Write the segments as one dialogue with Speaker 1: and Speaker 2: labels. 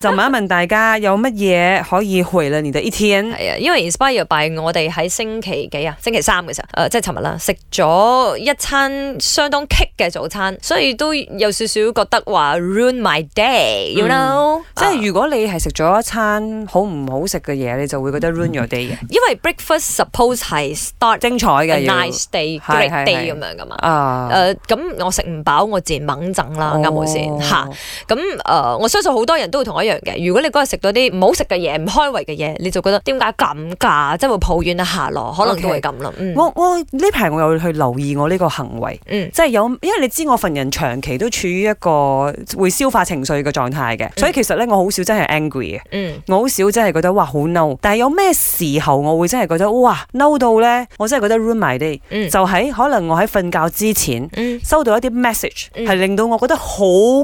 Speaker 1: 就問一問大家有乜嘢可以毀了你的一天？
Speaker 2: 係啊，因為 inspire by 我哋喺星期幾啊，星期三嘅時候，誒、即係尋日啦，食咗一餐相當棘嘅早餐，所以都有少少覺得話 ruin my day，you
Speaker 1: 嗯
Speaker 2: know，、
Speaker 1: 即係如果你係食咗一餐好唔好食嘅嘢，你就會覺
Speaker 2: 嗯
Speaker 1: 得 ruin your day 嘅，
Speaker 2: 因為 breakfast suppose 係 start
Speaker 1: 精彩嘅
Speaker 2: a
Speaker 1: 要
Speaker 2: nice
Speaker 1: 係
Speaker 2: day great
Speaker 1: 係
Speaker 2: day
Speaker 1: 係
Speaker 2: 咁樣噶嘛。
Speaker 1: 啊，
Speaker 2: 誒咁、我食唔飽，我自然猛整啦，啊啱冇先
Speaker 1: 哦
Speaker 2: 嚇。咁誒、呃我相信好多人都會同我一樣嘅。如果你嗰日食到啲唔好食嘅嘢、唔開胃嘅嘢，你就覺得點解咁㗎？即係會抱怨一下咯，可能都會咁啦。嗯
Speaker 1: 我我呢排我有去留意我呢個行為，
Speaker 2: 嗯
Speaker 1: 即係有，因為你知我份人長期都處於一個會消化情緒嘅狀態嘅，所以其實咧我好少真係 angry 嘅，
Speaker 2: 嗯，
Speaker 1: 我好少真係覺得哇好嬲。但係有咩時候我會真係覺得哇嬲到咧，我真係覺得 ruin my day，、
Speaker 2: 嗯
Speaker 1: 就喺可能我喺瞓覺之前
Speaker 2: 嗯
Speaker 1: 收到一啲 message
Speaker 2: 嗯
Speaker 1: 係令到我覺得好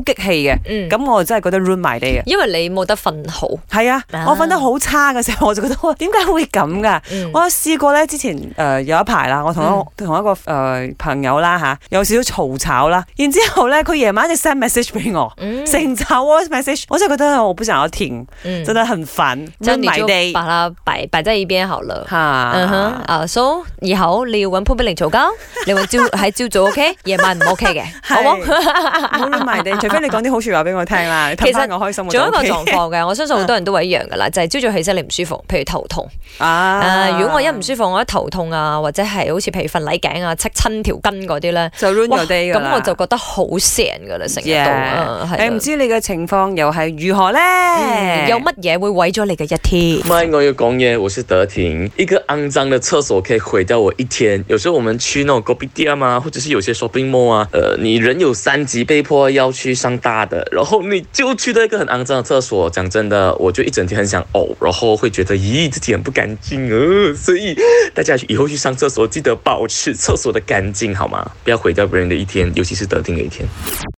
Speaker 1: 激氣嘅，
Speaker 2: 嗯，
Speaker 1: 咁、我真係覺得 ruin my day 嘅。
Speaker 2: 因為你冇得瞓好。
Speaker 1: 係啊，
Speaker 2: 啊
Speaker 1: 我瞓得好差嘅時候，我就覺得哇點解會咁㗎？
Speaker 2: 嗯
Speaker 1: 我有試過咧，之前誒、呃有一排啦，我同一個、同一個誒、呃朋友啦嚇、有少少嘈吵啦，然之後咧佢夜晚就 send message 俾我，
Speaker 2: 嗯
Speaker 1: 成集 voice message，我真係覺得我不想要聽，
Speaker 2: 嗯
Speaker 1: 真的很煩
Speaker 2: 就
Speaker 1: ，run
Speaker 2: 你
Speaker 1: my
Speaker 2: 就
Speaker 1: day
Speaker 2: 把它擺擺在一邊好了。嗯哼，
Speaker 1: 嚇，
Speaker 2: 啊，so 以後你要揾潘碧玲嘈 交，你揾朝喺朝早 OK，夜晚唔 OK 嘅，好啊冇？
Speaker 1: 冇 run my day，除非你講啲好説話俾我聽啦，你氹
Speaker 2: 其
Speaker 1: 翻
Speaker 2: 實
Speaker 1: 我開心我
Speaker 2: 仲
Speaker 1: 就
Speaker 2: 有一個
Speaker 1: OK
Speaker 2: 狀 況嘅，我相信好多人都會一樣噶啦，就係朝早起身你唔舒服，譬如頭痛。啊，
Speaker 1: 啊
Speaker 2: 如果我一唔舒服，我一頭痛啊，或者係好似譬如瞓禮頸啊、戚親條筋嗰啲咧，
Speaker 1: 就 run
Speaker 2: 哇
Speaker 1: your day 㗎啦
Speaker 2: 咁我就覺得好成噶啦，成日都
Speaker 1: Yeah
Speaker 2: 啊係啊
Speaker 1: 你唔知你嘅情況又係如何
Speaker 2: 嗯
Speaker 1: 咧？
Speaker 2: 有乜嘢會毀咗你嘅一天？
Speaker 3: 麦，我有公耶，我是德廷。一个肮脏的厕所可以毁掉我一天。有时候我们去那种 g o b i d i a 啊，或者是有些 shopping mall 啊，呃，你人有三级被迫要去上大的，然后你就去到一个很肮脏的厕所。讲真的，我就一整天很想呕，然后会觉得咦自己很不干净哦。所以大家以后去上厕所记得保持厕所的干净好吗？不要毁掉别人的一天，尤其是德廷的一天。